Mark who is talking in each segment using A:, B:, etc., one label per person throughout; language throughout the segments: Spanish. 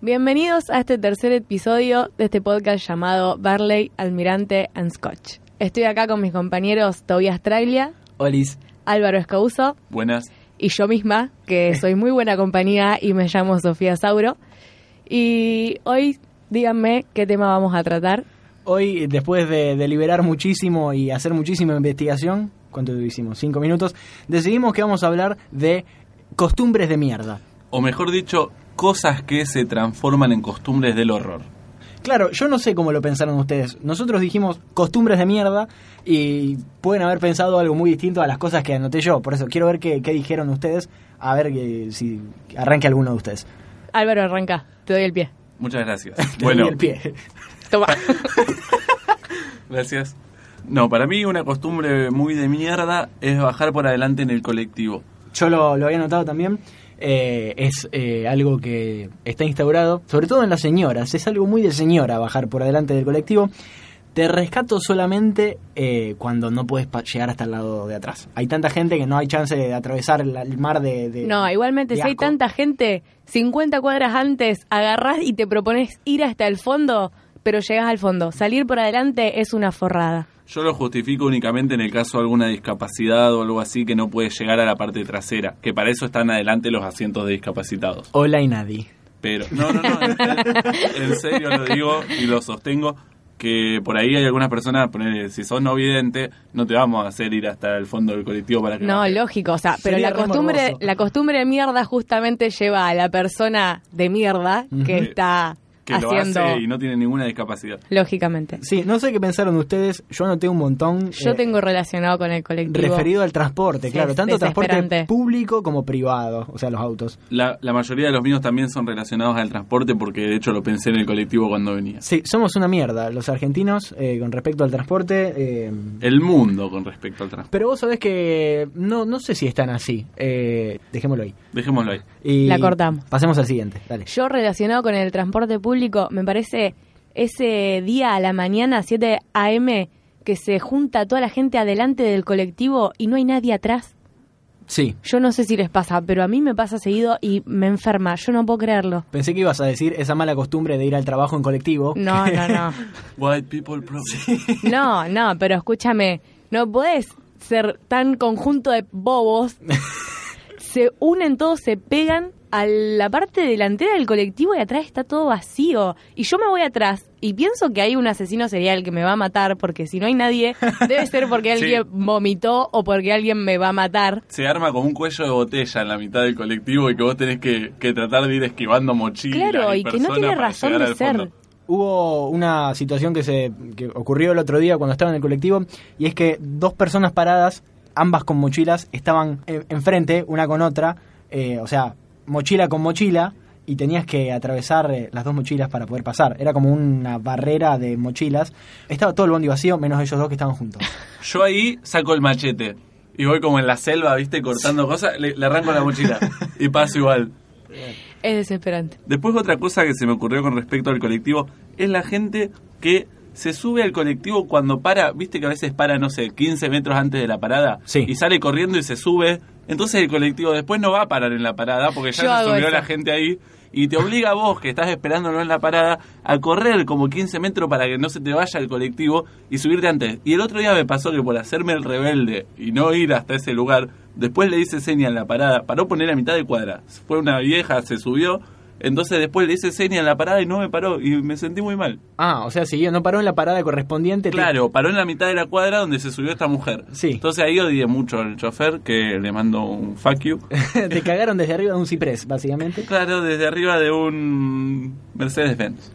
A: Bienvenidos a este tercer episodio de este podcast llamado Barley, Almirante and Scotch. Estoy acá con mis compañeros Tobias Traglia,
B: Olis.
A: Álvaro Escauso
C: Buenas.
A: y yo misma, que soy muy buena compañía y me llamo Sofía Sauro. Y hoy díganme qué tema vamos a tratar.
B: Hoy, después de deliberar muchísimo y hacer muchísima investigación, ¿cuánto hicimos? Cinco minutos. Decidimos que vamos a hablar de costumbres de mierda.
C: O mejor dicho, cosas que se transforman en costumbres del horror.
B: Claro, yo no sé cómo lo pensaron ustedes. Nosotros dijimos costumbres de mierda y pueden haber pensado algo muy distinto a las cosas que anoté yo. Por eso quiero ver qué, qué dijeron ustedes, a ver eh, si arranque alguno de ustedes.
A: Álvaro, arranca, te doy el pie.
C: Muchas gracias.
B: Te doy
C: bueno,
B: el pie.
A: Toma.
C: gracias. No, para mí una costumbre muy de mierda es bajar por adelante en el colectivo.
B: Yo lo, lo había notado también. eh, es eh, algo que está instaurado, sobre todo en las señoras. Es algo muy de señora bajar por delante del colectivo. Te rescato solamente eh, cuando no puedes pa- llegar hasta el lado de atrás. Hay tanta gente que no hay chance de atravesar la- el mar de. de-
A: No, igualmente,
B: de
A: si hay
B: asco.
A: tanta gente, 50 cuadras antes, agarrás y te propones ir hasta el fondo, pero llegás al fondo. Salir por adelante es una forrada.
C: Yo lo justifico únicamente en el caso de alguna discapacidad o algo así que no puede llegar a la parte trasera, que para eso están adelante los asientos de discapacitados.
B: Hola y nadie.
C: Pero, no, no, no, en, en serio lo digo y lo sostengo, que por ahí hay algunas personas, ponele, si sos no vidente, no te vamos a hacer ir hasta el fondo del colectivo para que...
A: No,
C: bajes.
A: lógico, o sea, pero
B: Sería
A: la
B: re
A: costumbre,
B: morboso.
A: la costumbre de mierda justamente lleva a la persona de mierda que
C: Ujú.
A: está
C: que lo
A: haciendo
C: hace y no tiene ninguna discapacidad.
A: lógicamente.
B: Sí, no sé qué pensaron ustedes. Yo anoté un montón.
A: Yo
B: eh,
A: tengo relacionado con el colectivo.
B: Referido al transporte,
A: Sí,
B: claro.
A: es
B: Tanto transporte
A: desesperante.
B: público como privado. O sea, los autos.
C: La, la mayoría de los míos también son relacionados al transporte porque de hecho lo pensé en el colectivo cuando venía.
B: Sí, somos una mierda los argentinos eh, con respecto al transporte. eh,
C: El mundo con respecto al transporte.
B: Pero vos sabés que no, no sé si están así. Eh, dejémoslo ahí.
C: Dejémoslo ahí.
B: Y
A: La cortamos.
B: Pasemos al siguiente. Dale.
A: Yo relacionado con el transporte público, me parece ese día a la mañana, 7 a.m., que se junta toda la gente adelante del colectivo y no hay nadie atrás.
B: Sí.
A: Yo no sé si les pasa, pero a mí me pasa seguido y me enferma. Yo no puedo creerlo.
B: Pensé que ibas a decir esa mala costumbre de ir al trabajo en colectivo.
A: No, no, no.
C: White people problem.
A: No, no, pero escúchame, no podés ser tan conjunto de bobos. Se unen todos, se pegan a la parte delantera del colectivo y atrás está todo vacío. Y yo me voy atrás y pienso que hay un asesino serial que me va a matar porque si no hay nadie, debe ser porque
C: Sí.
A: alguien vomitó o porque alguien me va a matar.
C: Se arma como un cuello de botella en la mitad del colectivo y que vos tenés que, que tratar de ir esquivando mochilas.
A: Claro,
C: y,
A: y que no
C: personas
A: tiene
C: para
A: razón
C: llegar
A: de
C: al
A: ser.
C: fondo.
B: Hubo una situación que se que ocurrió el otro día cuando estaba en el colectivo y es que dos personas paradas, ambas con mochilas, estaban eh, enfrente una con otra, eh, o sea, mochila con mochila y tenías que atravesar eh, las dos mochilas para poder pasar. Era como una barrera de mochilas. Estaba todo el bondi vacío menos ellos dos que estaban juntos.
C: Yo ahí saco el machete y voy como en la selva, viste, cortando cosas, le, le arranco la mochila y paso igual.
A: Es desesperante.
C: Después otra cosa que se me ocurrió con respecto al colectivo es la gente que se sube al colectivo cuando para, viste que a veces para, no sé, 15 metros antes de la parada
B: Sí.
C: y sale corriendo y se sube. Entonces el colectivo después no va a parar en la parada porque
A: Yo
C: ya se
A: hago
C: subió
A: eso.
C: la gente ahí y te obliga a vos que estás esperándolo en la parada a correr como 15 metros para que no se te vaya el colectivo y subirte antes. Y el otro día me pasó que por hacerme el rebelde y no ir hasta ese lugar, después le hice seña en la parada, paró poner a mitad de cuadra. Fue una vieja, se subió, entonces después le hice seña en la parada y no me paró y me sentí muy mal.
B: Ah, o sea, siguió, no paró en la parada correspondiente. te-
C: Claro, paró en la mitad de la cuadra donde se subió esta mujer.
B: Sí.
C: Entonces ahí odié mucho al chofer que le mando un fuck you.
B: Te, cagaron desde arriba de un ciprés, básicamente.
C: Claro, desde arriba de un Mercedes-Benz.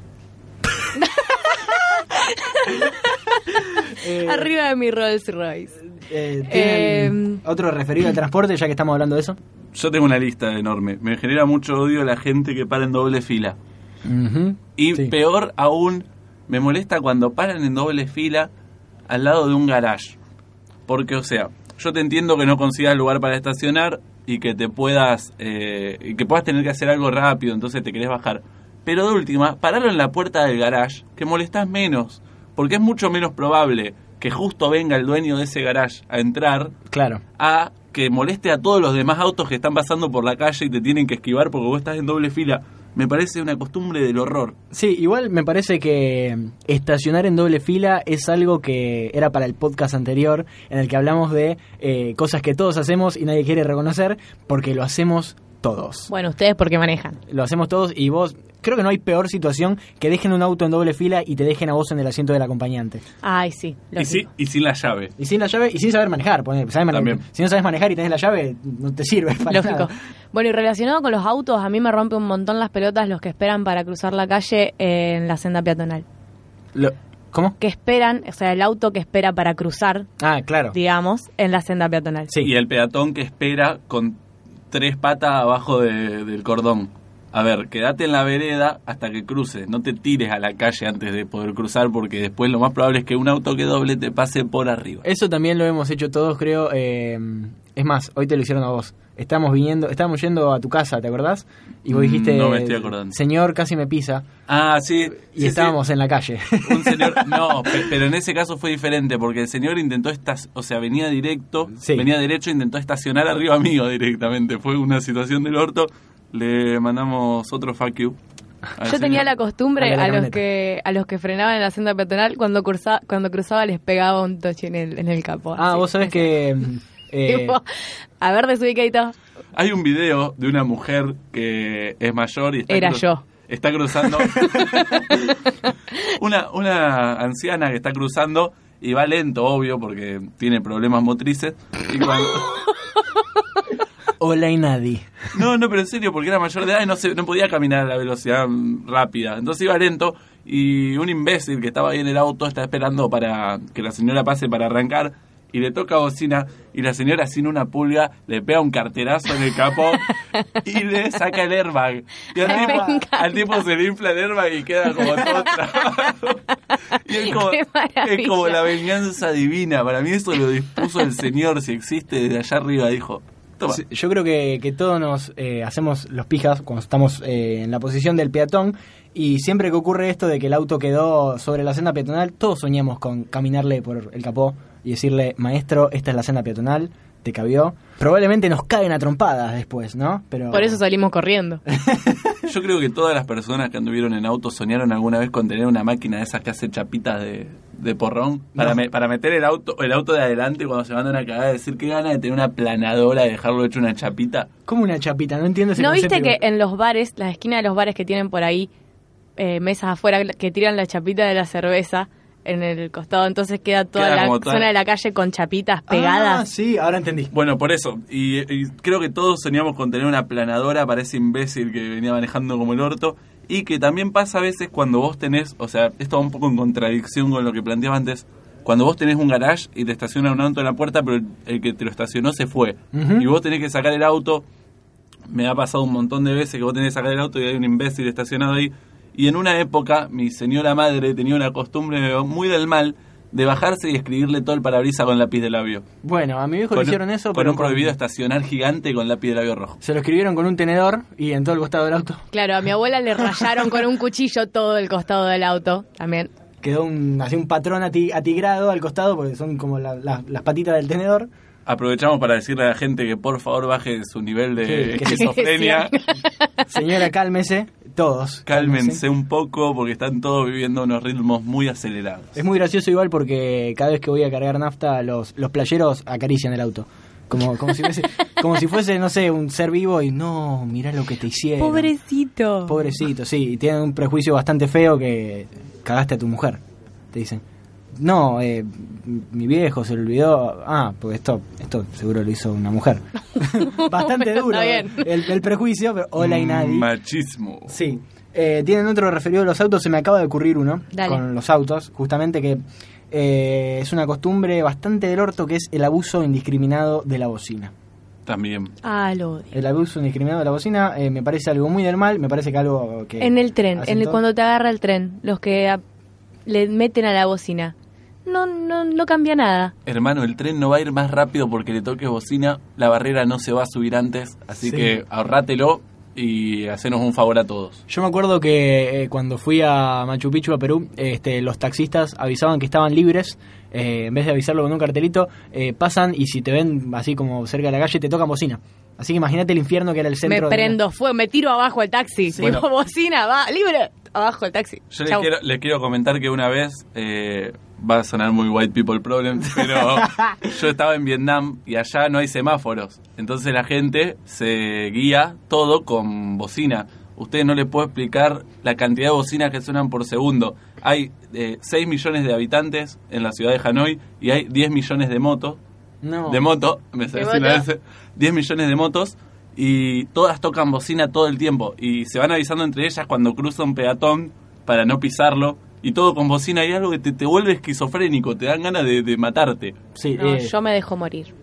B: Eh,
A: Arriba de mi Rolls Royce.
B: eh, ¿tienen Otro referido al transporte, ya que estamos hablando de eso.
C: Yo tengo una lista enorme. Me genera mucho odio la gente que para en doble fila. Y
B: Sí.
C: peor aún, me molesta cuando paran en doble fila al lado de un garage. Porque, o sea, yo te entiendo que no consigas lugar para estacionar y que te puedas, eh, y que puedas tener que hacer algo rápido, entonces te querés bajar. Pero de última, paralo en la puerta del garage, que molestás menos, porque es mucho menos probable que justo venga el dueño de ese garage a entrar
B: Claro.
C: a que moleste a todos los demás autos que están pasando por la calle y te tienen que esquivar porque vos estás en doble fila. Me parece una costumbre del horror.
B: Sí, igual me parece que estacionar en doble fila es algo que era para el podcast anterior, en el que hablamos de eh, cosas que todos hacemos y nadie quiere reconocer, porque lo hacemos todos.
A: Bueno, ustedes porque manejan.
B: Lo hacemos todos y vos, creo que no hay peor situación que dejen un auto en doble fila y te dejen a vos en el asiento del acompañante.
A: Ay, sí.
C: Y, sí,
A: lógico.
C: y sin la llave.
B: Y sin la llave y sin saber manejar. poné, sabés manejar.
C: También.
B: Si no sabes manejar y tenés la llave, no te sirve. Para
A: Lógico.
B: nada.
A: Bueno, y relacionado con los autos, a mí me rompe un montón las pelotas los que esperan para cruzar la calle eh, en la senda peatonal.
B: Lo- ¿Cómo?
A: Que esperan, o sea, el auto que espera para cruzar,
B: Ah, claro.
A: digamos, en la senda peatonal.
B: Sí.
C: Y el peatón que espera con tres patas abajo de- del cordón. A ver, quédate en la vereda hasta que cruces. No te tires a la calle antes de poder cruzar porque después lo más probable es que un auto que doble te pase por arriba.
B: Eso también lo hemos hecho todos, creo. eh, es más, hoy te lo hicieron a vos. Estamos viniendo, estábamos yendo a tu casa, ¿te acordás? Y vos
C: Mm,
B: dijiste,
C: no me estoy acordando.
B: señor, casi me pisa.
C: Ah, sí.
B: Y
C: sí, sí.
B: estábamos en la calle.
C: Un señor, no, pe- pero en ese caso fue diferente porque el señor intentó estas, o sea, venía directo,
B: Sí.
C: venía derecho, intentó estacionar arriba mío directamente. Fue una situación del orto. Le mandamos otro fuck you.
B: Ah,
C: al
A: Yo tenía
C: señor.
A: la costumbre
B: Dale, la
A: a los
B: camioneta.
A: que a los que frenaban en la senda peatonal cuando cruzaba, cuando cruzaba les pegaba un toche en el, en el capó.
B: ah,
A: así.
B: vos sabés que... eh,
A: Tipo, a ver, desubicadito.
C: Hay un video de una mujer que es mayor y está
A: Era
C: cru-
A: yo.
C: Está cruzando. una, una anciana que está cruzando y va lento, obvio, porque tiene problemas motrices. Y cuando-
B: Hola y nadie.
C: No, no, pero en serio, porque era mayor de edad y no, se, no podía caminar a la velocidad mm, rápida. Entonces iba lento y un imbécil que estaba ahí en el auto está esperando para que la señora pase para arrancar y le toca bocina y la señora sin una pulga le pega un carterazo en el capó y le saca el airbag. Y al
A: Me
C: tipo,
A: encanta.
C: al tipo se le infla el airbag y queda como todo trabado. Y es como,
A: Qué maravilla.
C: es como la venganza divina. Para mí eso lo dispuso el señor, si existe, desde allá arriba dijo. Toma.
B: Sí, Yo creo que, que todos nos eh, hacemos los pijas cuando estamos eh, en la posición del peatón y siempre que ocurre esto de que el auto quedó sobre la senda peatonal, todos soñamos con caminarle por el capó y decirle, maestro, esta es la senda peatonal, te cabió. Probablemente nos caen a trompadas después, ¿no? Pero
A: Por eso salimos corriendo.
C: Yo creo que todas las personas que anduvieron en auto soñaron alguna vez con tener una máquina de esas que hace chapitas de, de porrón para,
B: No.
C: me- para meter el auto el auto de adelante cuando se mandan a cagar. Decir qué gana de tener una planadora, de dejarlo hecho una chapita.
B: Como una chapita, no entiendo ese
A: ¿No viste que
B: concepto.
A: en los bares, las esquinas de los bares que tienen por ahí eh, mesas afuera que tiran la chapita de la cerveza en el costado? Entonces queda toda
C: Queda
A: la
C: como tal.
A: zona de la calle con chapitas
B: Ah,
A: pegadas.
B: sí, ahora entendí.
C: Bueno, por eso. Y, y creo que todos soñamos con tener una planadora para ese imbécil que venía manejando como el orto. Y que también pasa a veces cuando vos tenés, o sea, esto va un poco en contradicción con lo que planteaba antes. Cuando vos tenés un garage y te estaciona un auto en la puerta, pero el- el que te lo estacionó se fue.
B: Ujú.
C: Y vos tenés que sacar el auto. Me ha pasado un montón de veces que vos tenés que sacar el auto y hay un imbécil estacionado ahí. Y en una época, mi señora madre tenía una costumbre muy del mal de bajarse y escribirle todo el parabrisas con lápiz de labio.
B: Bueno, a mi viejo le hicieron eso,
C: Con
B: pero
C: un prohibido
B: con-
C: estacionar gigante con lápiz de labio rojo.
B: Se lo escribieron con un tenedor y en todo el costado del auto
A: Claro, a mi abuela le rayaron con un cuchillo todo el costado del auto también.
B: quedó un, así un patrón ati- atigrado al costado porque son como la- la- las patitas del tenedor.
C: Aprovechamos para decirle a la gente que por favor baje su nivel de
B: Sí, que-
C: esquizofrenia.
B: Señora, cálmese, todos.
C: Cálmense un poco porque están todos viviendo unos ritmos muy acelerados.
B: Es muy gracioso igual porque cada vez que voy a cargar nafta, los, los playeros acarician el auto. Como, como, si fuese, como si fuese, no sé, un ser vivo y no, mirá lo que te hicieron.
A: Pobrecito.
B: Pobrecito, sí. Y tienen un prejuicio bastante feo que cagaste a tu mujer, te dicen. No, eh, mi viejo se le olvidó. Ah, porque esto, esto seguro lo hizo una mujer. bastante
A: Bueno,
B: duro
A: está
B: eh, el, el prejuicio, pero hola y nadie.
C: Mm, Machismo.
B: Sí. Eh, Tienen otro referido a los autos, se me acaba de ocurrir uno
A: Dale.
B: con los autos, justamente que eh, es una costumbre bastante del orto que es el abuso indiscriminado de la bocina.
C: También.
A: Ah, lo odio.
B: El abuso indiscriminado de la bocina eh, me parece algo muy normal, me parece que algo que...
A: En el tren,
B: hacen
A: en el,
B: todos.
A: cuando te agarra el tren, los que a- le meten a la bocina. No, no, no cambia nada.
C: Hermano, el tren no va a ir más rápido porque le toques bocina, la barrera no se va a subir antes, así
B: Sí.
C: que ahorrátelo y hacernos un favor a todos.
B: Yo me acuerdo que eh, cuando fui a Machu Picchu, a Perú, este, los taxistas avisaban que estaban libres. eh, en vez de avisarlo con un cartelito, eh, pasan y si te ven así como cerca de la calle, te tocan bocina. Así que imagínate el infierno que era el
A: Me
B: centro. de-
A: prendo fuego, me tiro abajo el taxi.
C: Sí.
A: Tipo,
C: Bueno.
A: bocina, va, libre, abajo el taxi.
C: Yo les
A: Chau.
C: quiero, les quiero comentar que una vez eh, va a sonar muy white people problem, pero yo estaba en Vietnam y allá no hay semáforos. Entonces la gente se guía todo con bocina. Ustedes no les puedo explicar la cantidad de bocinas que suenan por segundo. Hay eh, 6 millones de habitantes en la ciudad de Hanoi y hay 10 millones de motos
B: No.
C: de moto, me sale
A: ¿De
C: así una
A: moto?
C: vez, 10 millones de motos y todas tocan bocina todo el tiempo y se van avisando entre ellas cuando cruza un peatón para no pisarlo y todo con bocina y algo que te, te vuelve esquizofrénico, te dan ganas de, de matarte.
B: Sí,
A: No,
B: eh,
A: yo me dejo morir.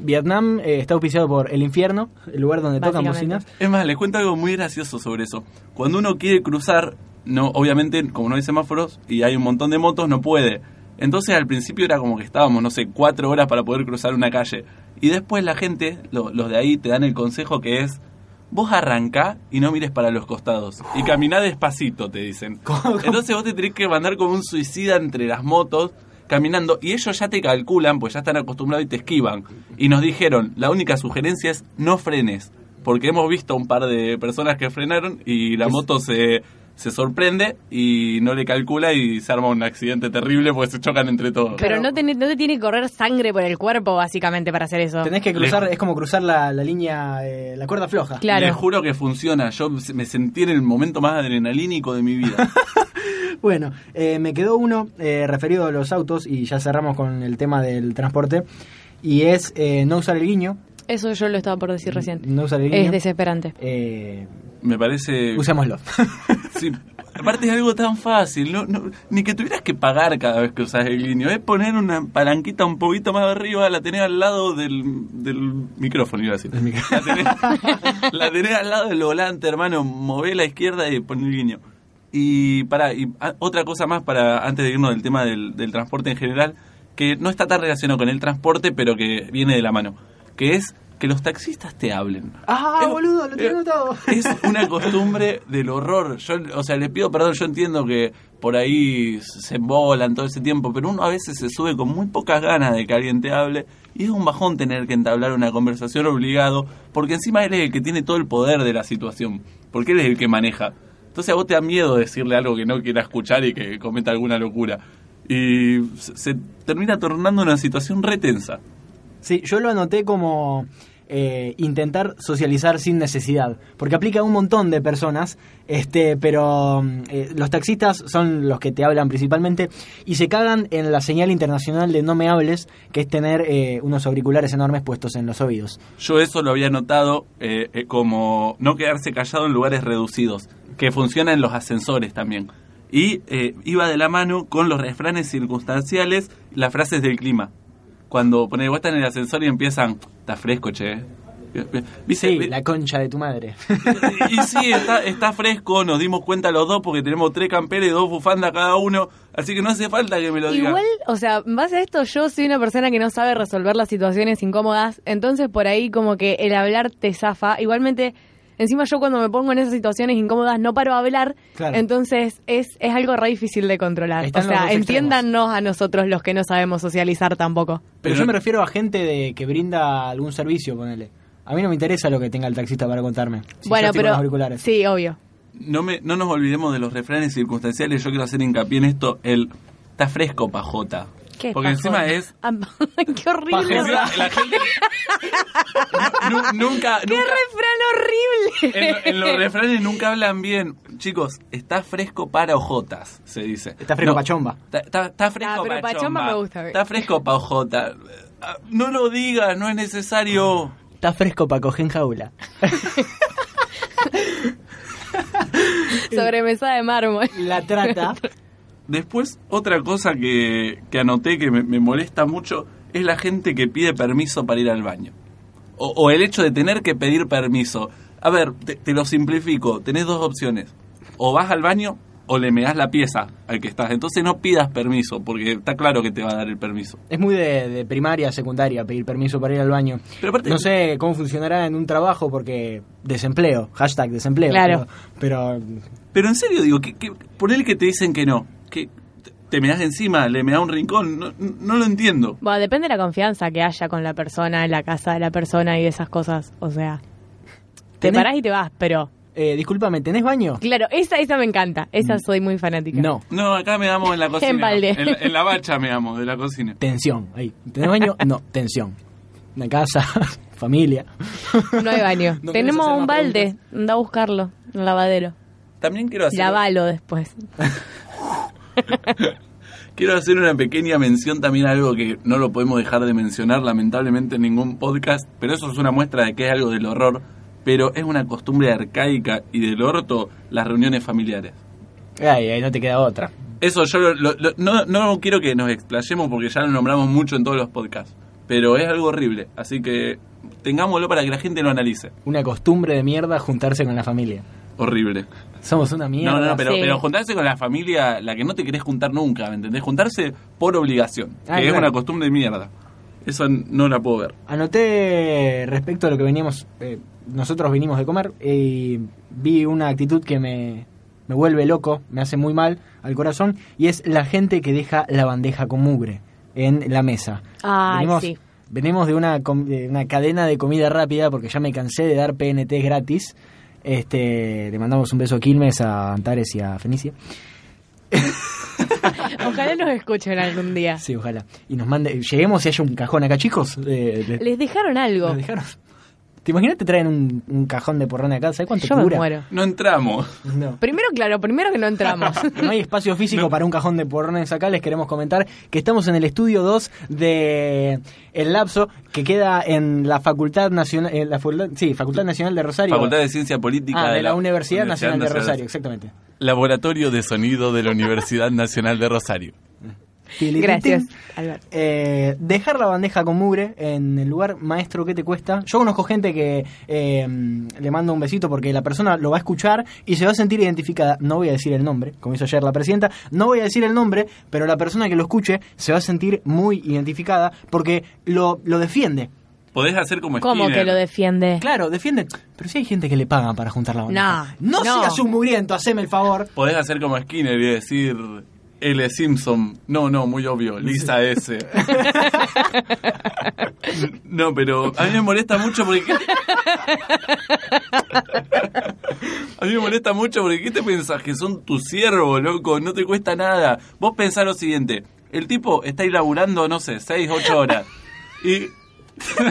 B: Vietnam eh, está auspiciado por el infierno, el lugar donde tocan
A: Básicamente.
B: bocinas.
C: Es más, les cuento algo muy gracioso sobre eso. Cuando uno quiere cruzar, no, obviamente como no hay semáforos y hay un montón de motos, no puede. Entonces al principio era como que estábamos, no sé, cuatro horas para poder cruzar una calle. Y después la gente, lo- los de ahí, te dan el consejo que es, vos arrancá y no mires para los costados. Y caminá despacito, te dicen. Entonces vos te tenés que mandar como un suicida entre las motos, caminando. Y ellos ya te calculan, pues ya están acostumbrados y te esquivan. Y nos dijeron, la única sugerencia es no frenes. Porque hemos visto un par de personas que frenaron y la
B: Es-
C: moto se, se sorprende y no le calcula y se arma un accidente terrible porque se chocan entre todos.
A: Pero no te, no te tiene que correr sangre por el cuerpo, básicamente, para hacer eso.
B: Tenés que cruzar, es como cruzar la, la línea, eh, la cuerda floja.
A: Claro.
C: Les juro que funciona. Yo me sentí en el momento más adrenalínico de mi vida.
B: Bueno, eh, me quedó uno eh, referido a los autos y ya cerramos con el tema del transporte. Y es eh, no usar el guiño.
A: Eso yo lo estaba por decir recién.
B: No usar el guiño.
A: Es desesperante.
B: Eh,
C: Me parece...
B: usémoslo.
C: eh, Sí, aparte es algo tan fácil, no, no- ni que tuvieras que pagar cada vez que usas el guiño, es poner una palanquita un poquito más arriba, la tenés al lado del, del micrófono, iba a decir. La tenés, la tenés al lado del volante, hermano, mové la izquierda y pon el guiño. Y para y ah, otra cosa más para antes de irnos del tema del, del transporte en general, que no está tan relacionado con el transporte, pero que viene de la mano, que es que los taxistas te hablen.
B: ah,
C: Es-
B: boludo, lo tenía
C: eh,
B: notado.
C: Es una costumbre del horror. Yo, o sea, les pido perdón, yo entiendo que por ahí se embolan todo ese tiempo, pero uno a veces se sube con muy pocas ganas de que alguien te hable y es un bajón tener que entablar una conversación obligado, porque encima él es el que tiene todo el poder de la situación, porque él es el que maneja. Entonces a vos te da miedo decirle algo que no quiera escuchar y que cometa alguna locura. Y se, se termina tornando una situación retensa.
B: Sí, yo lo anoté como eh, intentar socializar sin necesidad, porque aplica a un montón de personas, este, pero mm, eh, los taxistas son los que te hablan principalmente y se cagan en la señal internacional de no me hables, que es tener eh, unos auriculares enormes puestos en los oídos.
C: Yo eso lo había notado eh, eh, como no quedarse callado en lugares reducidos, que funciona en los ascensores también. Y eh, iba de la mano con los refranes circunstanciales, las frases del clima. Cuando pones vuelta en el ascensor y empiezan, está fresco, che. Dice,
B: Sí, la concha de tu madre.
C: y sí, está, está fresco, nos dimos cuenta los dos porque tenemos tres camperes y dos bufandas cada uno, así que no hace falta que me lo digan.
A: Igual, o sea, en base a esto, yo soy una persona que no sabe resolver las situaciones incómodas, entonces por ahí como que el hablar te zafa. Igualmente, encima yo cuando me pongo en esas situaciones incómodas no paro a hablar,
B: Claro.
A: entonces es, es algo re difícil de controlar.
B: Están
A: o
B: los
A: sea,
B: dos extremos.
A: entiéndanos a nosotros los que no sabemos socializar tampoco.
B: Pero yo me refiero a gente de, que brinda algún servicio, ponele. A mí no me interesa lo que tenga el taxista para contarme. si yo
A: bueno,
B: estoy con
A: pero...
B: los auriculares.
A: Sí, obvio.
C: no, me, no nos olvidemos de los refranes circunstanciales. Yo quiero hacer hincapié en esto. El está fresco, pajota.
A: ¿Qué
C: Porque
A: pasó?
C: encima es.
A: Ah, ¡Qué horrible!
B: Pajero.
C: encima la gente. Nu- nunca.
A: ¡Qué
C: nunca-
A: refrán horrible!
C: en, lo- en los refranes nunca hablan bien. Chicos, está fresco para ojotas, se dice.
B: Está fresco
C: No,
B: pa' chomba.
C: Está, está- está fresco
A: Ah, pero pa'
C: pa'
A: chomba
C: chomba.
A: me gusta.
C: Está fresco pa' ojota. Ah, No lo digas, no es necesario.
B: Está fresco para coger en jaula.
A: Sobremesa de mármol.
B: La trata.
C: Después, otra cosa que, que anoté que me, me molesta mucho es la gente que pide permiso para ir al baño. O, o el hecho de tener que pedir permiso. A ver, te, te lo simplifico. Tenés dos opciones. O vas al baño o le das la pieza al que estás. Entonces no pidas permiso, porque está claro que te va a dar el permiso.
B: Es muy de, de primaria, secundaria, pedir permiso para ir al baño.
C: Pero aparte-
B: no sé cómo funcionará en un trabajo porque desempleo, hashtag desempleo.
A: Claro.
B: Pero,
C: Pero en serio, digo, que, que, ponele que te dicen que no, que te- te me das encima, le me da un rincón, no, no lo entiendo.
A: Bueno, depende de la confianza que haya con la persona, en la casa de la persona y de esas cosas. O sea, te
B: ¿Tenés-
A: parás y te vas, pero.
B: eh, discúlpame, ¿tenés baño?
A: Claro, esa, esa me encanta. Esa soy muy fanática.
B: Mm. No.
C: No, acá me damos en la cocina.
A: balde.
C: En, la- en la bacha me damos, de la cocina.
B: Tensión. Ahí. ¿Tenés baño? No, tensión. Una casa, familia.
A: No hay baño.
B: No querés
A: Tenemos
B: hacer
A: un
B: más
A: balde. Anda a buscarlo. Un lavadero.
C: También quiero hacer,
A: Lavalo después.
C: quiero hacer una pequeña mención también a algo que no lo podemos dejar de mencionar, lamentablemente, en ningún podcast, pero eso es una muestra de que es algo del horror, pero es una costumbre arcaica y del orto las reuniones familiares.
B: Ay, ahí no te queda otra.
C: Eso yo lo- lo- lo- no, no quiero que nos explayemos porque ya lo nombramos mucho en todos los podcasts. Pero es algo horrible, así que tengámoslo para que la gente lo analice.
B: Una costumbre de mierda juntarse con la familia.
C: Horrible.
B: Somos una mierda.
C: No, no, no, pero,
A: Sí.
C: pero juntarse con la familia, la que no te querés juntar nunca, ¿me entendés? Juntarse por obligación,
B: Ah,
C: que es
B: claro.
C: una costumbre de mierda. Eso n- no la puedo ver.
B: Anoté respecto a lo que veníamos, eh, nosotros vinimos de comer y vi una actitud que me, me vuelve loco, me hace muy mal al corazón y es la gente que deja la bandeja con mugre en la mesa.
A: Ay,
B: venimos,
A: sí.
B: venimos de una, com- de una cadena de comida rápida porque ya me cansé de dar PNTs gratis. Este, le mandamos un beso a Quilmes, a Antares y a Fenicia.
A: Ojalá nos escuchen algún día.
B: Sí, ojalá. Y nos mande, lleguemos y haya un cajón acá, chicos. Eh, les-
A: Les dejaron algo.
B: ¿Lo dejaron? ¿Te imaginas te traen un, un cajón de porrón acá? ¿Sabes cuánto
A: Yo me
B: dura?
A: muero.
C: No entramos.
B: No.
A: Primero, claro, primero que no entramos.
B: No hay espacio físico para un cajón de porrones acá. Les queremos comentar que estamos en el estudio 2 de El Lapso, que queda en la Facultad Nacional, en la Facultad, sí, Facultad Nacional de Rosario.
C: Facultad de Ciencia Política
B: Ah, de la Universidad Nacional de Rosario,
C: Nacional.
B: exactamente.
C: Laboratorio de Sonido de la Universidad Nacional de Rosario.
A: Gracias, Alberto.
B: Eh, dejar la bandeja con mugre en el lugar, maestro, ¿qué te cuesta? Yo conozco gente que eh, le mando un besito porque la persona lo va a escuchar y se va a sentir identificada. No voy a decir el nombre, como hizo ayer la presidenta, no voy a decir el nombre, pero la persona que lo escuche se va a sentir muy identificada porque lo, lo defiende.
C: Podés hacer como
A: ¿Cómo que
C: Skinner.
A: lo defiende?
B: Claro, defiende. Pero si hay gente que le pagan para juntar la bandeja.
A: No, no.
B: seas un mugriento, haceme el favor.
C: Podés hacer como Skinner y decir L. Simpson. No, no, muy obvio. Lisa S. no, pero a mí me molesta mucho porque. a mí me molesta mucho porque ¿qué te pensás? Que son tu siervo, loco. No te cuesta nada. Vos pensás lo siguiente: el tipo está ahí laburando, no sé, 6, 8 horas. Y.
A: Me acordé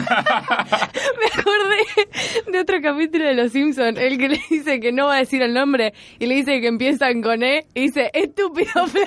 A: de otro capítulo de Los Simpsons, el que le dice que no va a decir el nombre y le dice que empiezan con E y dice, estúpido Flan.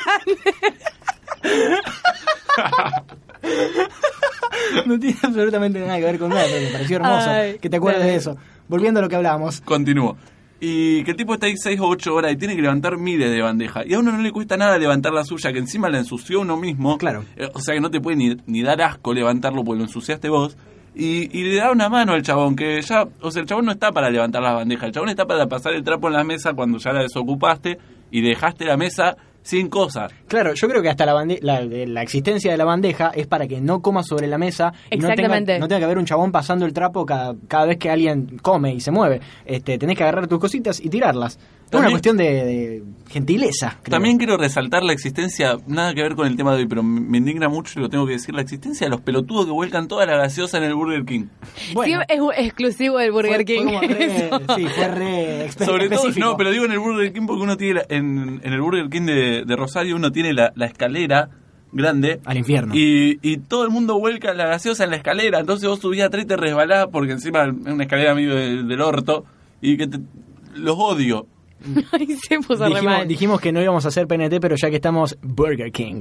B: No tiene absolutamente nada que ver con nada, pero me pareció hermoso
A: Ay,
B: que te acuerdes
A: claro.
B: de eso. Volviendo a lo que hablábamos.
C: Continúo. Y que el tipo está ahí 6 o 8 horas y tiene que levantar miles de bandejas. Y a uno no le cuesta nada levantar la suya, que encima la ensució uno mismo.
B: Claro.
C: Eh, O sea que no te puede ni, ni dar asco levantarlo porque lo ensuciaste vos. Y, y le da una mano al chabón, que ya. O sea, el chabón no está para levantar las bandejas. El chabón está para pasar el trapo en la mesa cuando ya la desocupaste y dejaste la mesa sin cosas.
B: Claro, yo creo que hasta la, bande- la, de- la existencia de la bandeja es para que no coma sobre la mesa y no tenga,
A: Exactamente.
B: no tenga que haber un chabón pasando el trapo cada, cada vez que alguien come y se mueve. Este, tenés que agarrar tus cositas y tirarlas. Es una
C: También-
B: cuestión de, de gentileza. creo.
C: También quiero resaltar la existencia, nada que ver con el tema de hoy, pero me indigna mucho y lo tengo que decir: la existencia de los pelotudos que vuelcan toda la gaseosa en el Burger King.
B: Bueno,
A: Sí, es un- exclusivo del Burger
B: fue- fue
A: King.
B: como re-
A: eso.
B: sí, fue re espe-
C: Sobre todo,
B: específico.
C: no, pero digo en el Burger King porque uno tiene, la- en, en el Burger King de, de Rosario uno tiene la, la escalera grande
B: Al infierno.
C: y, y todo el mundo vuelca la gaseosa en la escalera, entonces vos subís a tres y te resbalás porque encima es una escalera medio del, del orto y que te- los odio.
A: Ay, se puso re
B: Dijimos,
A: mal.
B: dijimos que no íbamos a hacer PNT, pero ya que estamos Burger King.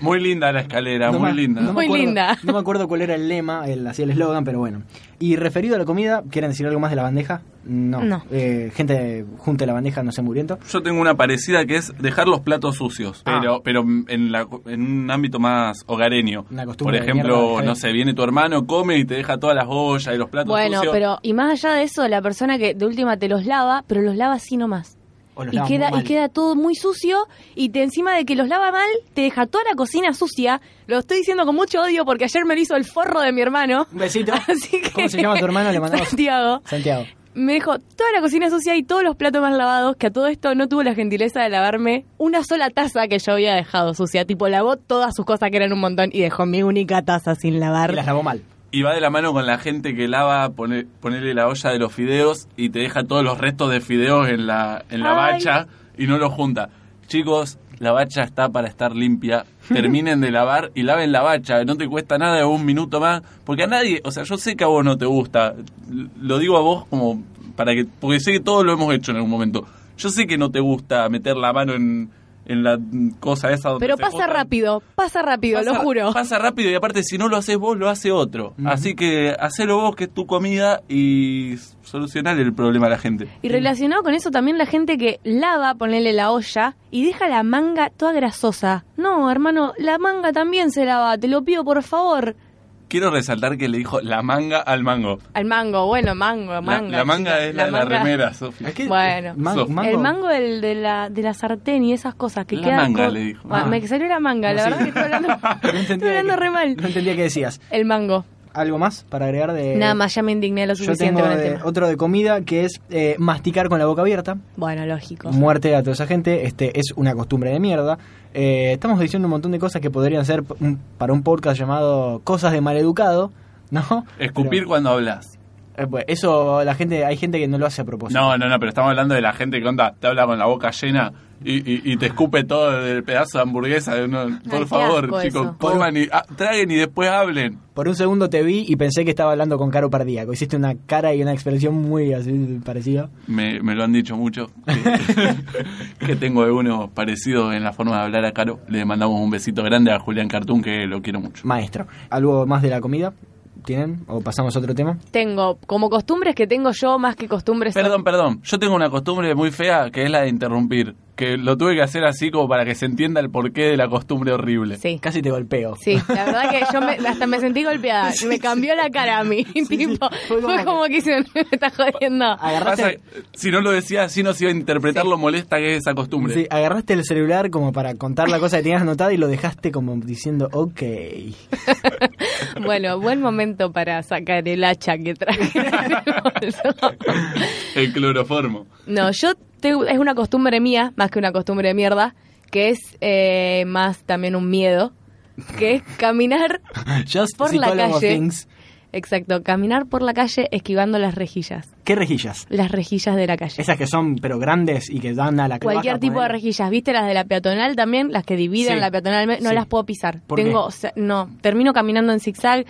C: Muy linda la escalera,
B: No
C: muy
B: me-
C: linda.
B: no me
A: Muy
B: acuerdo-
A: linda.
B: No me acuerdo cuál era el lema, el, así el eslogan, pero bueno. Y referido a la comida, ¿quieren decir algo más de la bandeja? No.
A: No.
B: Eh, gente junta la bandeja, no se muriendo.
C: Yo tengo una parecida que es dejar los platos sucios,
B: Ah.
C: pero pero en, la- en un ámbito más hogareño.
B: Una
C: Por
B: costumbre de mierda, ¿eh?
C: ejemplo,
B: dejar-
C: no sé, viene tu hermano, come y te deja todas las ollas y los platos
A: Bueno,
C: sucios.
A: pero y más allá de eso, la persona que de última te los lava, pero los lava así nomás.
B: O los
A: y
B: lava muy
A: queda, y
B: mal.
A: queda todo muy sucio y te encima de que los lava mal, te deja toda la cocina sucia. Lo estoy diciendo con mucho odio porque ayer me lo hizo el forro de mi hermano.
B: Un besito.
A: Así que-
B: ¿Cómo se llama tu hermano? Le mandamos.
A: Santiago.
B: Santiago.
A: Me dejó toda la cocina sucia y todos los platos más lavados, que a todo esto no tuvo la gentileza de lavarme una sola taza que yo había dejado sucia. Tipo, lavó todas sus cosas que eran un montón y dejó mi única taza sin
B: Y las
A: lavar.
B: lavó mal.
C: Y va de la mano con la gente que lava, pone, ponerle la olla de los fideos y te deja todos los restos de fideos en la, en la
A: Ay.
C: bacha y no los junta. Chicos, la bacha está para estar limpia. Terminen de lavar y laven la bacha. No te cuesta nada un minuto más. Porque a nadie, o sea, yo sé que a vos no te gusta. L- Lo digo a vos como para que. Porque sé que todos lo hemos hecho en algún momento. Yo sé que no te gusta meter la mano en, en la mm, cosa esa donde
A: Pero
C: se
A: pasa
C: juntan
A: rápido, pasa rápido, lo
C: Pasa-
A: juro.
C: Pasa rápido y aparte si no lo haces vos, lo hace otro.
B: Ujú.
C: Así que hacelo vos, que es tu comida, y solucionar el problema a la gente.
A: Y relacionado con eso también la gente que lava, ponele la olla y deja la manga toda grasosa. No, hermano, la manga también se lava, te lo pido por favor.
C: Quiero resaltar que le dijo la manga al mango.
A: Al mango, bueno, mango,
C: La-
A: manga.
C: la, manga
A: chica,
C: es la, de la
A: manga-
C: remera, Sofía.
B: Aquí-
A: Bueno.
B: Man-
C: Sof.
B: mango.
A: El mango del- de, la, de la sartén y esas cosas que
C: La
A: quedan
C: manga,
A: con-
C: le dijo.
A: Ah,
B: Ah.
A: Me salió la manga, la
B: No,
A: verdad
B: sí.
A: que estoy hablando,
B: No
A: estoy
B: entendía
A: hablando
B: que-
A: re mal.
B: No entendía qué decías.
A: El mango.
B: ¿Algo más para agregar de.?
A: Nada más, ya me indigné lo
B: Eh, Yo
A: suficiente
B: tengo
A: con el
B: de-
A: tema.
B: otro de comida que es eh, masticar con la boca abierta.
A: Bueno, lógico.
B: Muerte a toda esa gente. Este es una costumbre de mierda. Eh, estamos diciendo un montón de cosas que podrían ser p- un- para un podcast llamado Cosas de Maleducado, ¿no?
C: Escupir
B: Pero,
C: cuando hablas.
B: eh, pues, eso la gente, hay gente que no lo hace a propósito.
C: No, no, no, pero estamos hablando de la gente que onda, te habla con la boca llena y, y- y te escupe todo el pedazo de hamburguesa. de uno- por
A: qué asco
C: favor, chicos,
A: eso.
C: coman y ah, traguen y después hablen.
B: Por un segundo te vi y pensé que estaba hablando con Caro Pardíaco. Hiciste una cara y una expresión muy así parecida.
C: Me, me lo han dicho mucho. Que, que tengo algunos parecidos en la forma de hablar a Caro. Le mandamos un besito grande a Julián Cartún, que lo quiero mucho.
B: Maestro, ¿algo más de la comida? ¿Tienen? ¿O pasamos a otro tema?
A: Tengo, como costumbres que tengo yo, más que costumbres... son-
C: Perdón, perdón. Yo tengo una costumbre muy fea, que es la de interrumpir. Que lo tuve que hacer así como para que se entienda el porqué de la costumbre horrible.
A: Sí.
B: Casi te golpeo.
A: Sí, la verdad que yo me- hasta me sentí golpeada. me cambió la cara a mí. tipo, Fue
B: Fue como
A: como,
B: que-
A: que hicieron, me está jodiendo.
B: Agarraste,
C: Pasa que si no lo decía así, no se iba a interpretar lo molesta que es esa costumbre.
B: sí, agarraste el celular como para contar la cosa que tenías anotada y lo dejaste como diciendo, ok.
A: Bueno, buen momento para sacar el hacha que traje en el bolso.
C: El cloroformo.
A: No, yo tengo, es una costumbre mía, más que una costumbre de mierda, que es eh, más también un miedo, que es caminar,
B: Just
A: Por la
B: psychologo
A: calle.
B: things.
A: exacto, caminar por la calle esquivando las rejillas,
B: ¿Qué rejillas?
A: las rejillas de la calle.
B: Esas que son pero grandes y que dan a la
A: Cualquier
B: baja,
A: tipo de
B: ponele.
A: rejillas, viste las de la peatonal también, las que dividen
B: Sí,
A: la peatonal, me- no
B: sí.
A: las puedo pisar.
B: ¿Por
A: Tengo,
B: qué?
A: o sea, no, termino caminando en zigzag,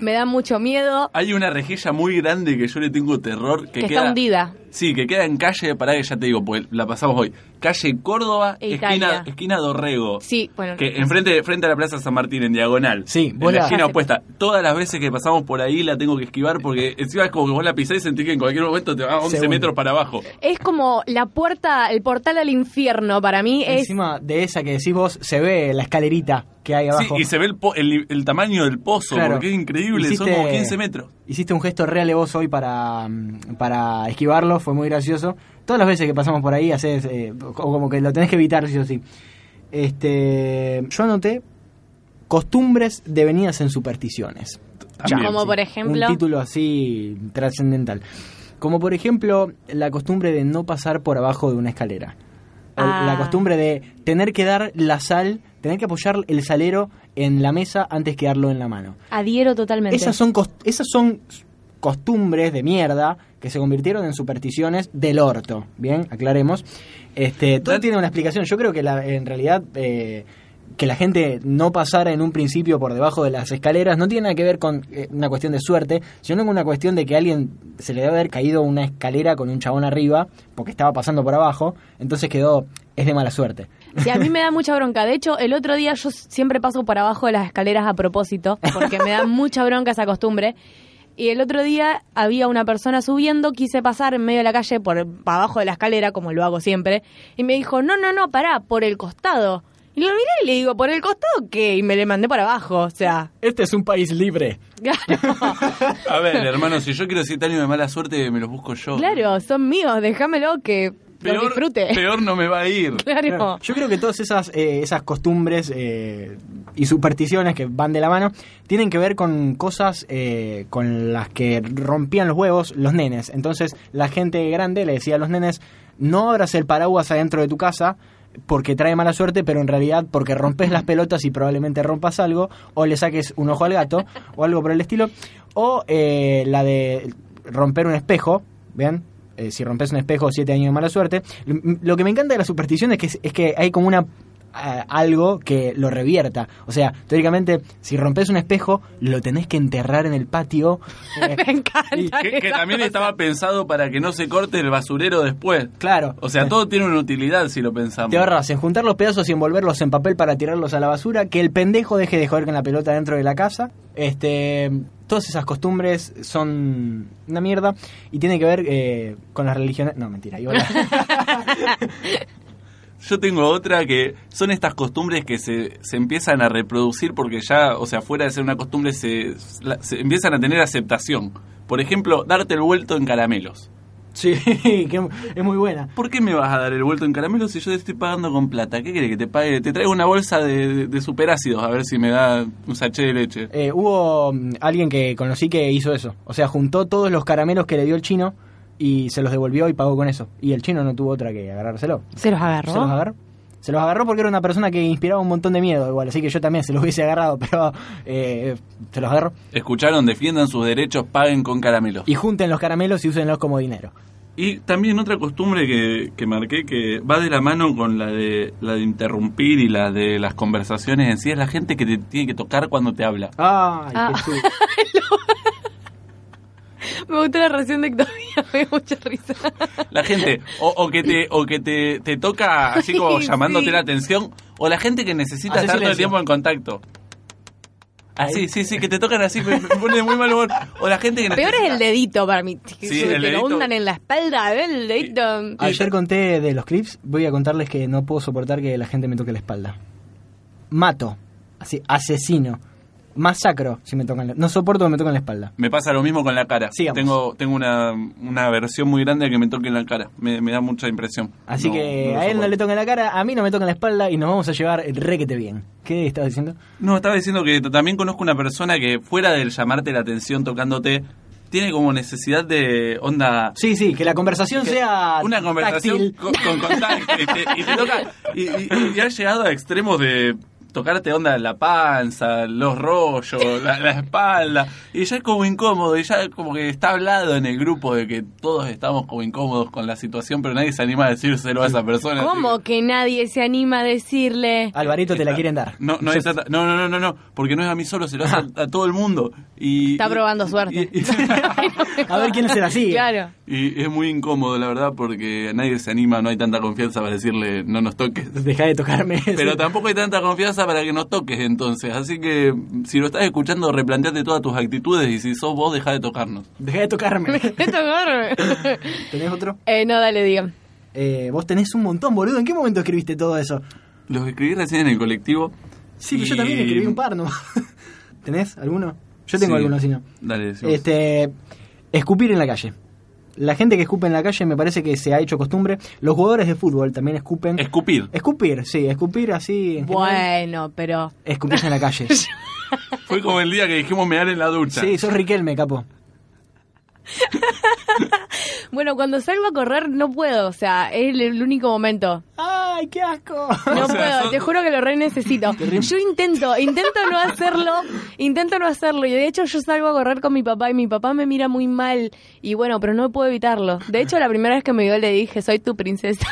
A: me da mucho miedo,
C: Hay una rejilla muy grande que yo le tengo terror. Que,
A: que
C: queda,
A: está hundida.
C: Sí, que queda en calle, pará que ya te digo, pues la pasamos hoy. Calle Córdoba,
A: E
C: esquina,
A: Italia.
C: esquina Dorrego.
A: Sí, bueno,
C: Que enfrente, frente a la Plaza San Martín, en diagonal.
B: Sí,
C: en
B: vos
C: la
B: la-
C: esquina opuesta. Todas las veces que pasamos por ahí la tengo que esquivar porque encima es como que vos la pisás y sentís que en cualquier momento te vas 11
B: Segundo.
C: metros para abajo.
A: es como la puerta, el portal al infierno para mí es
B: Encima de esa que decís vos, se ve la escalerita que hay
C: Sí,
B: abajo.
C: y se ve el, po- el- el tamaño del pozo,
B: Claro.
C: porque es increíble, son
B: Hiciste-
C: como 15 metros.
B: Hiciste un gesto re alevoso hoy para, mm, para esquivarlo, fue muy gracioso. Todas las veces que pasamos por ahí haces eh, o como que lo tenés que evitar sí o sí. Este, yo anoté costumbres devenidas en supersticiones.
C: También,
A: como
C: sí.
A: por ejemplo...
B: Un título así trascendental. Como por ejemplo la costumbre de no pasar por abajo de una escalera. O La
A: Ah.
B: costumbre de tener que dar la sal, tener que apoyar el salero en la mesa antes que darlo en la mano.
A: Adhiero totalmente.
B: Esas son, cos- esas son costumbres de mierda que se convirtieron en supersticiones del orto. Bien, aclaremos. Este, todo
C: Dat-
B: tiene una explicación. Yo creo que la- en realidad eh, que la gente no pasara en un principio por debajo de las escaleras no tiene nada que ver con eh, una cuestión de suerte, sino con una cuestión de que a alguien se le debe haber caído una escalera con un chabón arriba porque estaba pasando por abajo. Entonces quedó, es de mala suerte.
A: Sí, a mí me da mucha bronca. De hecho, el otro día yo siempre paso por abajo de las escaleras a propósito, porque me da mucha bronca esa costumbre. Y el otro día había una persona subiendo, quise pasar en medio de la calle por para abajo de la escalera, como lo hago siempre, y me dijo, no, no, no, pará, por el costado. Y lo miré y le digo, ¿por el costado qué? Y me le mandé para abajo, o sea,
B: Este es un país libre.
A: claro,
C: A ver, hermano, si yo quiero decir años de mala suerte, me los busco yo.
A: claro, son míos, déjamelo que lo
C: peor,
A: disfrute.
C: peor no me va a ir.
A: Claro.
B: Claro, Yo creo que todas esas, eh, esas costumbres eh, y supersticiones que van de la mano tienen que ver con cosas eh, con las que rompían los huevos los nenes. Entonces la gente grande le decía a los nenes, no abras el paraguas adentro de tu casa porque trae mala suerte, pero en realidad porque rompes las pelotas y probablemente rompas algo, o le saques un ojo al gato, o algo por el estilo, o eh, la de romper un espejo, ¿vean? Eh, si rompes un espejo, siete años de mala suerte. Lo, lo que me encanta de la superstición es que, es, es que hay como una a- algo que lo revierta. O sea, teóricamente, si rompes un espejo, lo tenés que enterrar en el patio. Eh,
A: Me encanta.
C: Que, que
A: esa
C: también
A: cosa.
C: estaba pensado para que no se corte el basurero después.
B: claro.
C: O sea, todo tiene una utilidad si lo pensamos.
B: Te ahorras en juntar los pedazos y envolverlos en papel para tirarlos a la basura, que el pendejo deje de joder con la pelota dentro de la casa. Este, todas esas costumbres son una mierda y tiene que ver eh, con las religiones. No, mentira. iba a-
C: Yo tengo otra que son estas costumbres que se, se empiezan a reproducir porque ya, o sea, fuera de ser una costumbre, se, la- se empiezan a tener aceptación. Por ejemplo, darte el vuelto en caramelos.
B: sí, que es muy buena.
C: ¿Por qué me vas a dar el vuelto en caramelos si yo te estoy pagando con plata? ¿Qué querés que te pague? Te traigo una bolsa de, de- de superácidos a ver si me da un sachet de leche.
B: Eh, hubo mm, alguien que conocí que hizo eso. O sea, juntó todos los caramelos que le dio el chino y se los devolvió y pagó con eso. Y el chino no tuvo otra que agarrárselo.
A: ¿Se los agarró?
B: ¿Se los agarró? Se los agarró porque era una persona que inspiraba un montón de miedo, igual. Así que yo también se los hubiese agarrado, pero eh, se los agarró.
C: Escucharon, defiendan sus derechos, paguen con caramelos.
B: Y junten los caramelos y úsenlos como dinero.
C: Y también otra costumbre que, que marqué que va de la mano con la de la de interrumpir y la de las conversaciones en sí es la gente que te tiene que tocar cuando te habla.
B: ¡Ay,
A: Ah.
B: qué chulo.
A: Me gustó la reacción de Octavio, me dio mucha risa.
C: La gente o, o que te o que te, te toca así como
A: Ay,
C: llamándote
A: sí.
C: la atención o la gente que necesita
B: Hace
C: estar todo el
B: silencio.
C: tiempo en contacto. Así, sí, sí, que te tocan así, me, me pone de muy mal humor. O la gente que
A: Peor es el dedito para mí. Que
C: Sí,
A: se-
C: el
A: que lo
C: dedito. Ah,
A: hundan en la espalda, ¿ves? El dedito.
B: Ayer conté de los clips, voy a contarles que no puedo soportar que la gente me toque la espalda. Mato, así, asesino, masacro si me tocan la... No soporto que me toquen la espalda.
C: Me pasa lo mismo con la cara.
B: Sigamos.
C: Tengo tengo una, una versión muy grande a que me toquen la cara. Me, me da mucha impresión.
B: Así
C: No,
B: que
C: no lo
B: a él no
C: soporto.
B: le tocan la cara, a mí no me tocan la espalda y nos vamos a llevar requete bien. ¿Qué estás diciendo?
C: No, estaba diciendo que t- también conozco una persona que fuera del llamarte la atención tocándote, tiene como necesidad de onda...
B: Sí, sí, que la conversación sea
C: Una conversación
B: táctil.
C: con, con contacto y te, y te toca... Y, y- y ha llegado a extremos de tocarte onda la panza, los rollos, la, la espalda. Y ya es como incómodo y ya como que está hablado en el grupo de que todos estamos como incómodos con la situación, pero nadie se anima a decírselo a esa persona. así que-
A: ¿Cómo que nadie se anima a decirle?
C: Ah,
B: Alvarito te la quieren dar.
C: No, no,
B: Yo-
C: es a- no, no, no, no, no, porque no es a mí solo, se lo hace a, a todo el mundo. Y,
A: Está
C: y-
A: probando suerte.
C: y- y-
B: A ver quién será así.
A: Claro.
C: y es muy incómodo, la verdad, porque nadie se anima, no hay tanta confianza para decirle no nos toques.
B: Deja de tocarme.
C: Pero tampoco hay tanta confianza para que nos toques entonces. Así que si lo estás escuchando, replanteate todas tus actitudes y si sos vos, deja de tocarnos.
B: Deja de tocarme.
A: Esto corre.
B: ¿Tenés otro?
A: eh, no, dale, digan.
B: Eh, vos tenés un montón, boludo. ¿En qué momento escribiste todo eso?
C: Los escribí recién en el colectivo.
B: Sí, pero yo también
C: y-
B: escribí un par, ¿no? ¿Tenés alguno? Yo tengo
C: Sí.
B: alguno, si no.
C: Dale, decimos.
B: Este, escupir en la calle. La gente que escupe en la calle me parece que se ha hecho costumbre. Los jugadores de fútbol también escupen.
C: Escupir.
B: Escupir, sí, escupir así. en general.
A: Bueno, pero.
B: Escupir en la calle.
C: Fue como el día que dijimos mear en la ducha.
B: eh, sí, sos Riquelme, capo.
A: Bueno, cuando salgo a correr no puedo, o sea, es el, el único momento.
B: ¡Ay, qué asco!
A: No
C: O sea,
A: puedo,
C: sos-
A: te juro que lo re necesito. Yo intento, intento no hacerlo, intento no hacerlo. Y de hecho yo salgo a correr con mi papá y mi papá me mira muy mal. Y bueno, pero no puedo evitarlo. De hecho, la primera vez que me vio le dije, soy tu princesa.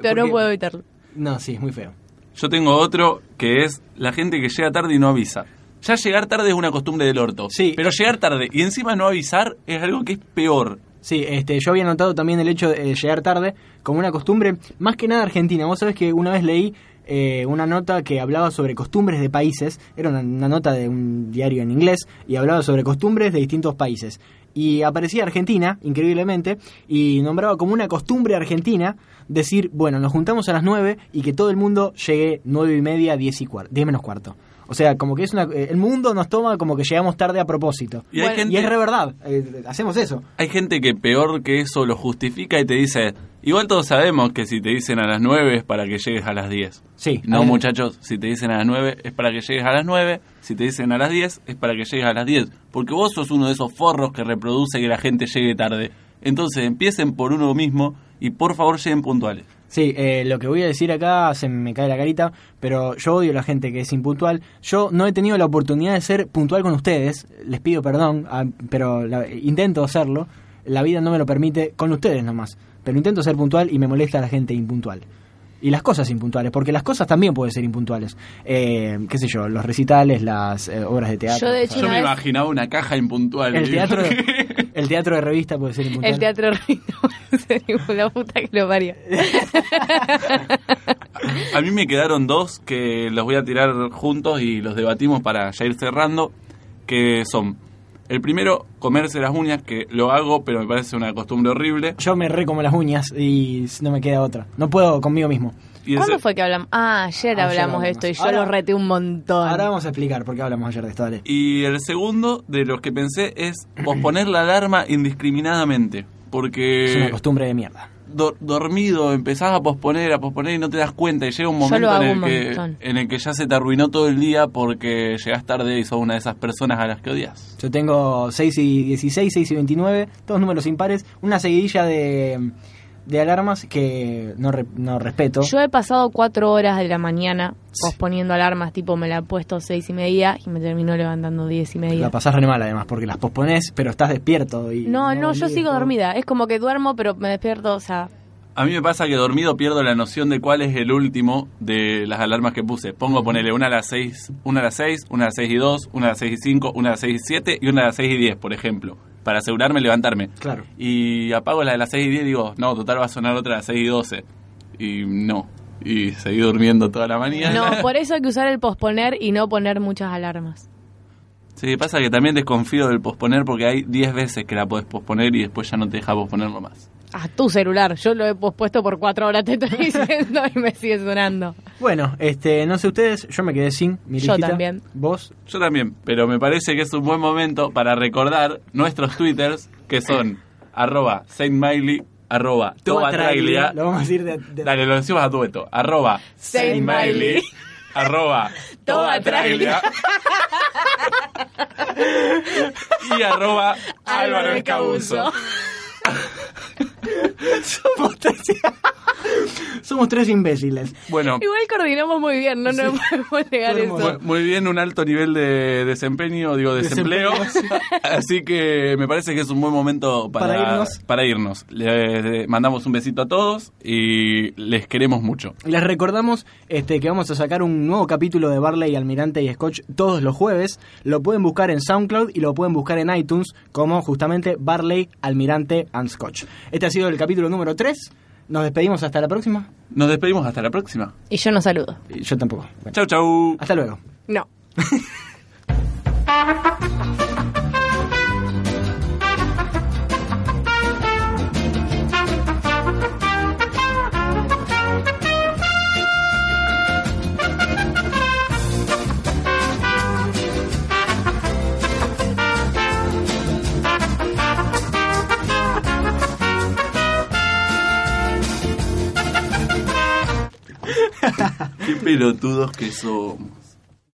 A: pero no
B: Porque-
A: puedo evitarlo.
B: No, sí, es muy feo.
C: Yo tengo otro que es la gente que llega tarde y no avisa. Ya llegar tarde es una costumbre del orto.
B: Sí.
C: Pero llegar tarde y encima no avisar es algo que es peor.
B: Sí, este, yo había notado también el hecho de eh, llegar tarde como una costumbre, más que nada argentina. Vos sabés que una vez leí eh, una nota que hablaba sobre costumbres de países, era una, una nota de un diario en inglés, y hablaba sobre costumbres de distintos países. Y aparecía Argentina, increíblemente, y nombraba como una costumbre argentina decir, bueno, nos juntamos a las 9 y que todo el mundo llegue 9 y media, 10 y cuarto, 10 menos cuarto. O sea, como que es una... eh, el mundo nos toma como que llegamos tarde a propósito.
C: Y hay
A: Bueno,
C: gente
B: Y es re verdad, eh, hacemos eso.
C: Hay gente que peor que eso lo justifica y te dice, igual todos sabemos que si te dicen a las 9 es para que llegues a las 10.
B: Sí. eh, a
C: No
B: ver,
C: muchachos, si te dicen a las 9 es para que llegues a las 9, si te dicen a las 10 es para que llegues a las 10, porque vos sos uno de esos forros que reproduce que la gente llegue tarde. Entonces empiecen por uno mismo y por favor lleguen puntuales.
B: Sí, eh, lo que voy a decir acá se me cae la carita, pero yo odio a la gente que es impuntual. Yo no he tenido la oportunidad de ser puntual con ustedes, les pido perdón, ah, pero la- intento hacerlo. La vida no me lo permite con ustedes nomás, pero intento ser puntual y me molesta la gente impuntual. Y las cosas impuntuales, porque las cosas también pueden ser impuntuales. Eh, qué sé yo, los recitales, las eh, obras de teatro.
A: Yo, de hecho,
C: Yo
A: una
C: me
A: vez-
C: imaginaba una caja impuntual.
B: el teatro,
C: ¿Qué?
B: el teatro de revista puede ser impuntual.
A: El teatro Rino, la puta que lo parió.
C: A mí me quedaron dos que los voy a tirar juntos y los debatimos para ya ir cerrando, que son el primero, comerse las uñas, que lo hago, pero me parece una costumbre horrible.
B: Yo me re como las uñas y no me queda otra. No puedo conmigo mismo.
C: Y el
A: ¿Cuándo
C: se-
A: fue que hablamos? Ah, ayer
B: Ayer
A: hablamos de esto
B: hablamos.
A: y yo
B: Ahora-
A: lo reté un montón.
B: Ahora vamos a explicar por qué hablamos ayer de esto, dale.
C: Y el segundo de los que pensé es posponer la alarma indiscriminadamente.
B: Es una
C: Porque
B: costumbre de mierda.
C: do- dormido empezás a posponer, a posponer y no te das cuenta. Y llega un
A: Yo lo
C: momento
A: hago
C: en, el
A: un
C: que,
A: montón.
C: en el que ya se te arruinó todo el día porque llegás tarde y sos una de esas personas a las que odias.
B: Yo tengo 6 y 16, 6 y 29, todos números impares, una seguidilla de, de alarmas que no, re- no respeto.
A: Yo he pasado cuatro horas de la mañana posponiendo alarmas, tipo me la he puesto seis y media y me terminó levantando diez y media.
B: la pasás re mal además, porque las pospones, pero estás despierto. Y
A: No, no, yo
B: dormís,
A: sigo
B: ¿no?
A: dormida. Es como que duermo, pero me despierto, o sea,
C: A mí me pasa que dormido pierdo la noción de cuál es el último de las alarmas que puse. Pongo, ponele una a las 6, una a las 6, una a las 6 y 2, una a las 6 y 5, una a las 6 y 7 y una a las 6 y 10, por ejemplo. Para asegurarme levantarme.
B: Claro.
C: Y apago la de las 6 y 10 y digo, no, total va a sonar otra a las 6 y 12. Y no. Y seguí durmiendo toda la mañana.
A: no, por eso hay que usar el posponer y no poner muchas alarmas.
C: Sí, pasa que también desconfío del posponer porque hay 10 veces que la podés posponer y después ya no te deja posponerlo más.
A: A tu celular, yo lo he pospuesto por cuatro horas, te estoy diciendo y me sigue sonando.
B: Bueno, este, no sé ustedes, yo me quedé sin mi
A: Yo
B: listita.
A: también.
B: Vos,
C: Yo también, pero me parece que es un buen momento para recordar nuestros twitters que son arroba saintmiley, arroba tobatraglia.
B: Lo vamos a decir de, de-
C: Dale, lo decimos a dueto. Arroba
A: saintmiley,
C: arroba
A: tobatraglia,
C: y arroba Álvaro Escabuso.
B: somos tres, somos tres imbéciles.
C: Bueno,
A: Igual coordinamos muy bien, no nos podemos negar
B: Fuimos-
A: eso.
C: Muy, muy bien, un alto nivel de desempeño, digo desempleo. Así que me parece que es un buen momento para,
B: Para irnos.
C: para irnos. Le, le mandamos un besito a todos y les queremos mucho.
B: Les recordamos este, que vamos a sacar un nuevo capítulo de Barley, Almirante y Scotch todos los jueves. Lo pueden buscar en SoundCloud y lo pueden buscar en iTunes como justamente Barley, Almirante and Scotch. Este ha sido el capítulo número 3. Nos despedimos hasta la próxima.
C: Nos despedimos hasta la próxima.
A: Y yo no saludo.
B: Y Yo tampoco. Bueno,
C: Chau, chau.
B: hasta luego.
A: No.
C: Qué pelotudos que somos.